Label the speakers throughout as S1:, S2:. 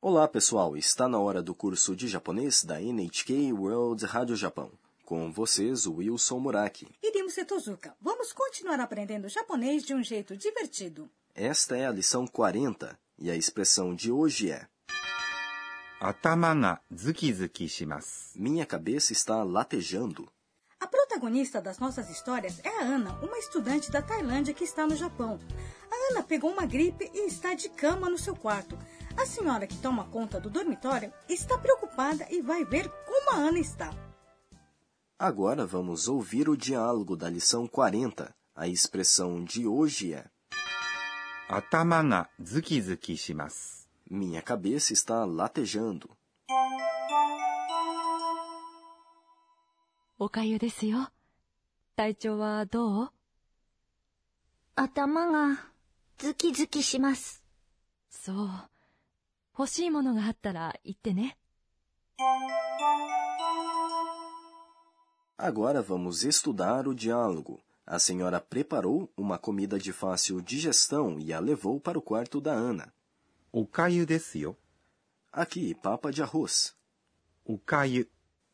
S1: Olá, pessoal! Está na hora do curso de japonês da NHK World Rádio Japão. Com vocês, o Wilson Muraki.
S2: Irimo Setozuka, vamos continuar aprendendo japonês de um jeito divertido.
S1: Esta é a lição 40 e a expressão de hoje é:
S3: 頭がズキズキします。
S1: Minha cabeça está latejando.
S2: A protagonista das nossas histórias é a Ana, uma estudante da Tailândia que está no Japão. A Ana pegou uma gripe e está de cama no seu quarto. A senhora que toma conta do dormitório está preocupada e vai ver como a Ana está.
S1: Agora vamos ouvir o diálogo da lição 40. A expressão de hoje é:
S3: 頭がズキズキします。
S1: Minha cabeça está latejando.
S4: おかゆですよ。体調はどう
S5: 頭がズキズキします。
S4: そう。欲しいものがあったら言ってね。
S1: Agora vamos estudar o diálogo. A senhora preparou uma comida de fácil digestão e a levou para o quarto da Ana.
S3: おかゆですよ。
S1: Aqui, papa de arroz.
S3: おかゆ。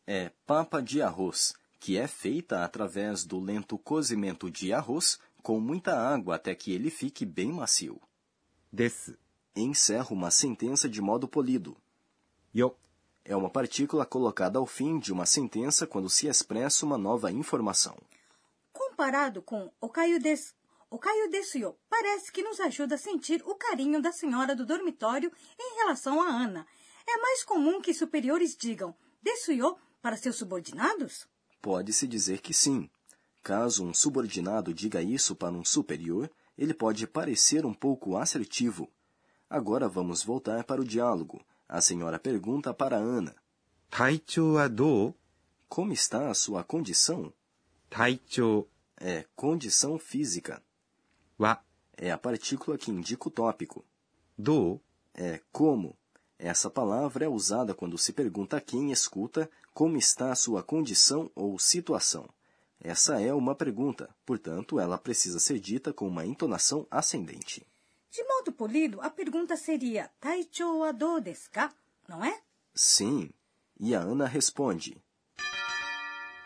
S1: É papa de arroz, que é feita através do lento cozimento de arroz com muita água até que ele fique bem macio.
S3: です。
S1: Encerra uma sentença de modo polido.
S3: よ。
S1: É uma partícula colocada ao fim de uma sentença quando se expressa uma nova informação.
S2: Comparado com Okayu desu, Okayu desu yo parece que nos ajuda a sentir o carinho da senhora do dormitório em relação a Ana. É mais comum que superiores digam desu yo para seus subordinados?
S1: Pode-se dizer que sim. Caso um subordinado diga isso para um superior, ele pode parecer um pouco assertivo. Agora vamos voltar para o diálogo. A senhora pergunta para Ana:
S3: 体調はどう
S1: Como está a sua condição?
S3: 体調
S1: É condição física.
S3: は
S1: É a partícula que indica o tópico.
S3: どう
S1: É como. Essa palavra é usada quando se pergunta a quem escuta como está a sua condição ou situação. Essa é uma pergunta, portanto, ela precisa ser dita com uma entonação ascendente.
S2: De modo polido, a pergunta seria Taichou wa dou desu ka? Não é?
S1: Sim. E a Ana responde: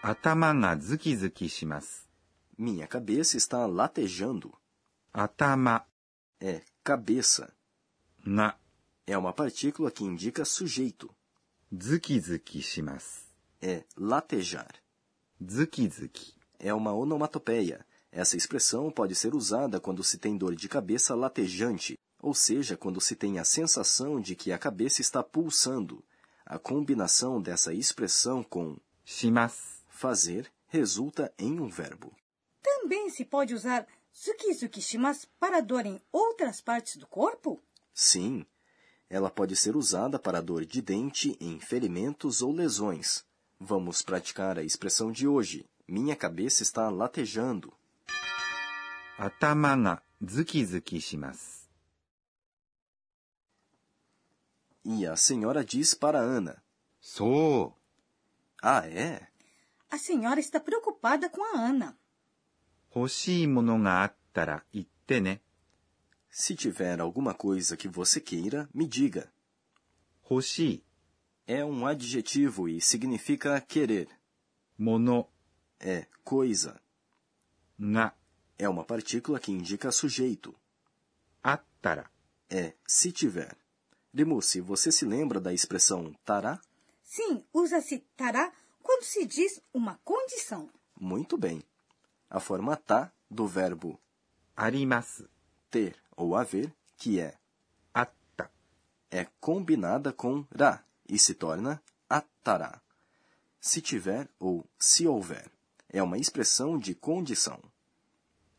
S3: 頭がズキズキします。
S1: Minha cabeça está latejando.
S3: 頭
S1: É cabeça.
S3: が
S1: É uma partícula que indica sujeito.
S3: ズキズキします。
S1: É latejar.
S3: ズキズキ。
S1: é uma onomatopeia. Essa expressão pode ser usada quando se tem dor de cabeça latejante, ou seja, quando se tem a sensação de que a cabeça está pulsando. A combinação dessa expressão com
S3: します。
S1: fazer resulta em um verbo.
S2: Também se pode usar tsukizuki shimasu para dor em outras partes do corpo?
S1: Sim, ela pode ser usada para dor de dente em ferimentos ou lesões. Vamos praticar a expressão de hoje. Minha cabeça está latejando.
S3: 頭がズキズキします。
S1: E a senhora diz para Ana:
S3: そ
S1: Ah, é?
S2: A senhora está preocupada com a Ana.
S3: う。欲しいものがあったら言ってね。
S1: Se tiver alguma coisa que você queira, me diga.
S3: 欲しい
S1: É um adjetivo e significa querer.
S3: もの
S1: É coisa.
S3: が
S1: É uma partícula que indica sujeito.
S3: あったら
S1: É se tiver. Demusse, você se lembra da expressão tará?
S2: Sim, usa-se tará quando se diz uma condição.
S1: Muito bem. A forma tá do verbo
S3: あります。
S1: ter ou haver, que é,
S3: あった。
S1: é combinada com ra e se torna atará. Se tiver ou se houver. É uma expressão de condição.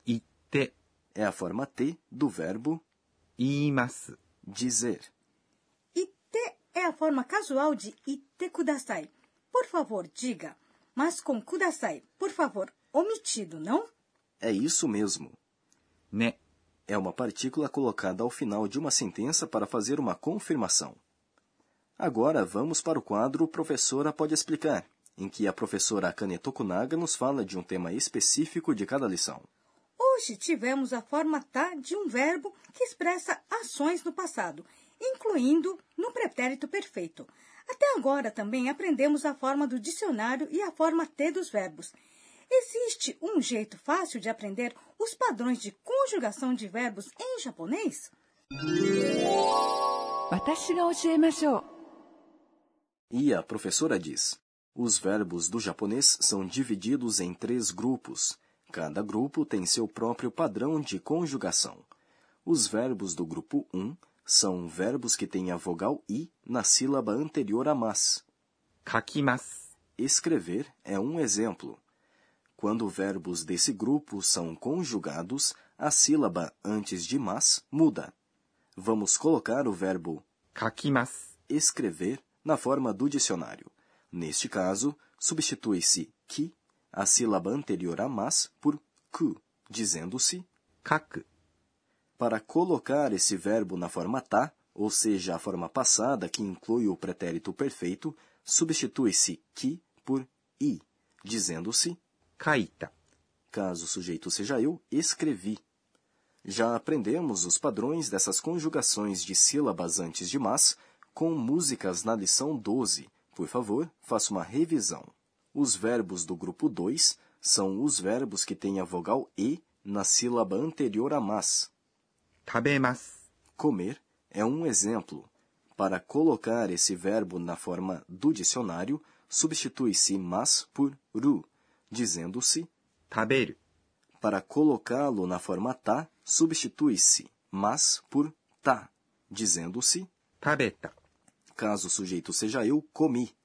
S3: 言って、
S1: é a forma T do verbo
S3: 言います。
S1: dizer.
S2: Ite é a forma casual de ite kudasai. Por favor, diga. Mas com kudasai, por favor, omitido, não?
S1: É isso mesmo.
S3: ね。
S1: É uma partícula colocada ao final de uma sentença para fazer uma confirmação. Agora vamos para o quadro Professora Pode Explicar, em que a professora Akane Tokunaga nos fala de um tema específico de cada lição.
S2: Hoje tivemos a forma tá de um verbo que expressa ações no passado. incluindo no pretérito perfeito. Até agora também aprendemos a forma do dicionário e a forma T dos verbos. Existe um jeito fácil de aprender os padrões de conjugação de verbos em japonês?
S4: 私が教えましょう。
S1: E a professora diz: os verbos do japonês são divididos em três grupos. Cada grupo tem seu próprio padrão de conjugação. Os verbos do grupo 1 são verbos que têm a vogal i na sílaba anterior a mas.
S3: 書きます。
S1: Escrever é um exemplo. Quando verbos desse grupo são conjugados, a sílaba antes de mas muda. Vamos colocar o verbo
S3: 書きます。
S1: escrever na forma do dicionário. Neste caso, substitui-se ki, a sílaba anterior a mas, por ku, dizendo-se
S3: 書く。
S1: para colocar esse verbo na forma tá, ou seja, a forma passada que inclui o pretérito perfeito, substitui-se ki por i, dizendo-se
S3: 書いた。
S1: Caso o sujeito seja eu, escrevi. Já aprendemos os padrões dessas conjugações de sílabas antes de mas com músicas na lição 12. Por favor, faça uma revisão. Os verbos do grupo 2 são os verbos que têm a vogal e na sílaba anterior a mas.
S3: 食べます。
S1: Comer é um exemplo. Para colocar esse verbo na forma do dicionário, substitui-se mas por ru, dizendo-se
S3: 食べる。
S1: para colocá-lo na forma tá, substitui-se mas por tá, dizendo-se,
S3: 食べた。
S1: caso o sujeito seja eu, comi.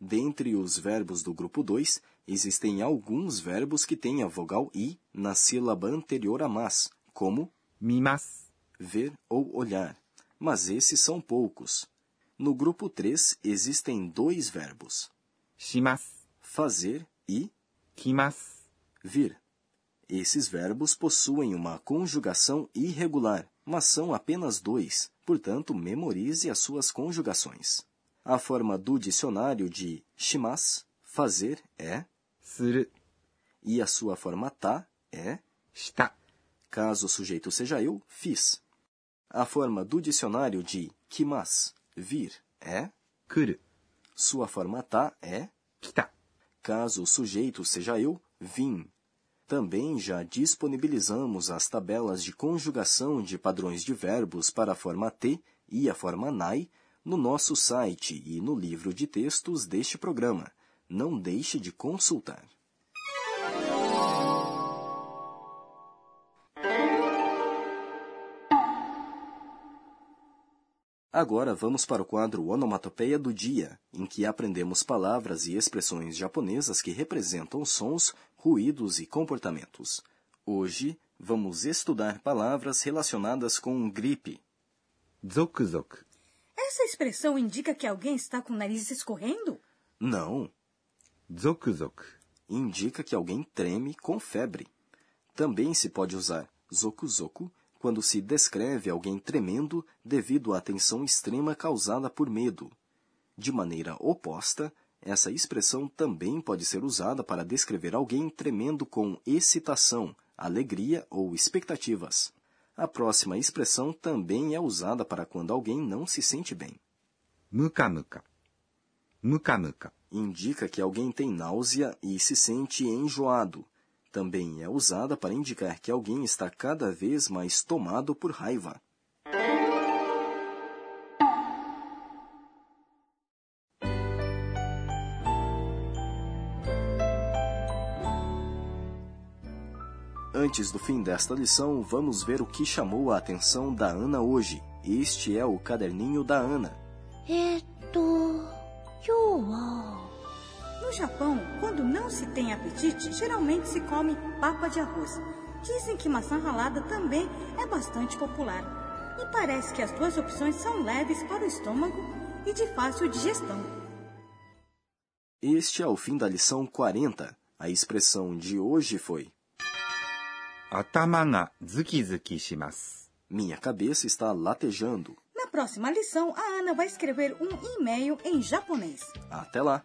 S1: Dentre os verbos do grupo 2, existem alguns verbos que têm a vogal i na sílaba anterior a mas, como
S3: 見ます。
S1: ver ou olhar, mas esses são poucos. No grupo 3, existem dois verbos,
S3: します。
S1: fazer e
S3: 来ます。
S1: vir. Esses verbos possuem uma conjugação irregular, mas são apenas dois, portanto, memorize as suas conjugações. A forma do dicionário de shimas, fazer, é,
S3: する。
S1: e a sua forma tá, é,
S3: した。
S1: caso o sujeito seja eu, fiz. A forma do dicionário de kimas, vir, é,
S3: 来る。
S1: sua forma tá, é,
S3: 来た。
S1: caso o sujeito seja eu, vim. Também já disponibilizamos as tabelas de conjugação de padrões de verbos para a forma T e a forma NAI no nosso site e no livro de textos deste programa. Não deixe de consultar. Agora vamos para o quadro Onomatopeia do Dia, em que aprendemos palavras e expressões japonesas que representam sons, ruídos e comportamentos. Hoje, vamos estudar palavras relacionadas com gripe.
S3: ゾクゾク。
S2: Essa expressão indica que alguém está com o nariz escorrendo?
S1: Não,
S3: ゾクゾク。
S1: indica que alguém treme com febre. Também se pode usar zoku-zoku quando se descreve alguém tremendo devido à tensão extrema causada por medo. De maneira oposta, essa expressão também pode ser usada para descrever alguém tremendo com excitação, alegria ou expectativas. A próxima expressão também é usada para quando alguém não se sente bem.
S3: ムカムカ。ムカムカ。
S1: indica que alguém tem náusea e se sente enjoado. Também é usada para indicar que alguém está cada vez mais tomado por raiva. Antes do fim desta lição, vamos ver o que chamou a atenção da Ana hoje. Este é o caderninho da Ana.
S5: えーっと、今日は、
S2: No Japão, quando não se tem apetite, geralmente se come papa de arroz. Dizem que maçã ralada também é bastante popular. E parece que as duas opções são leves para o estômago e de fácil digestão.
S1: Este é o fim da lição 40. A expressão de hoje foi:
S3: 頭がズキズキします。
S1: Minha cabeça está latejando.
S2: Na próxima lição, a Ana vai escrever um e-mail em japonês.
S1: Até lá!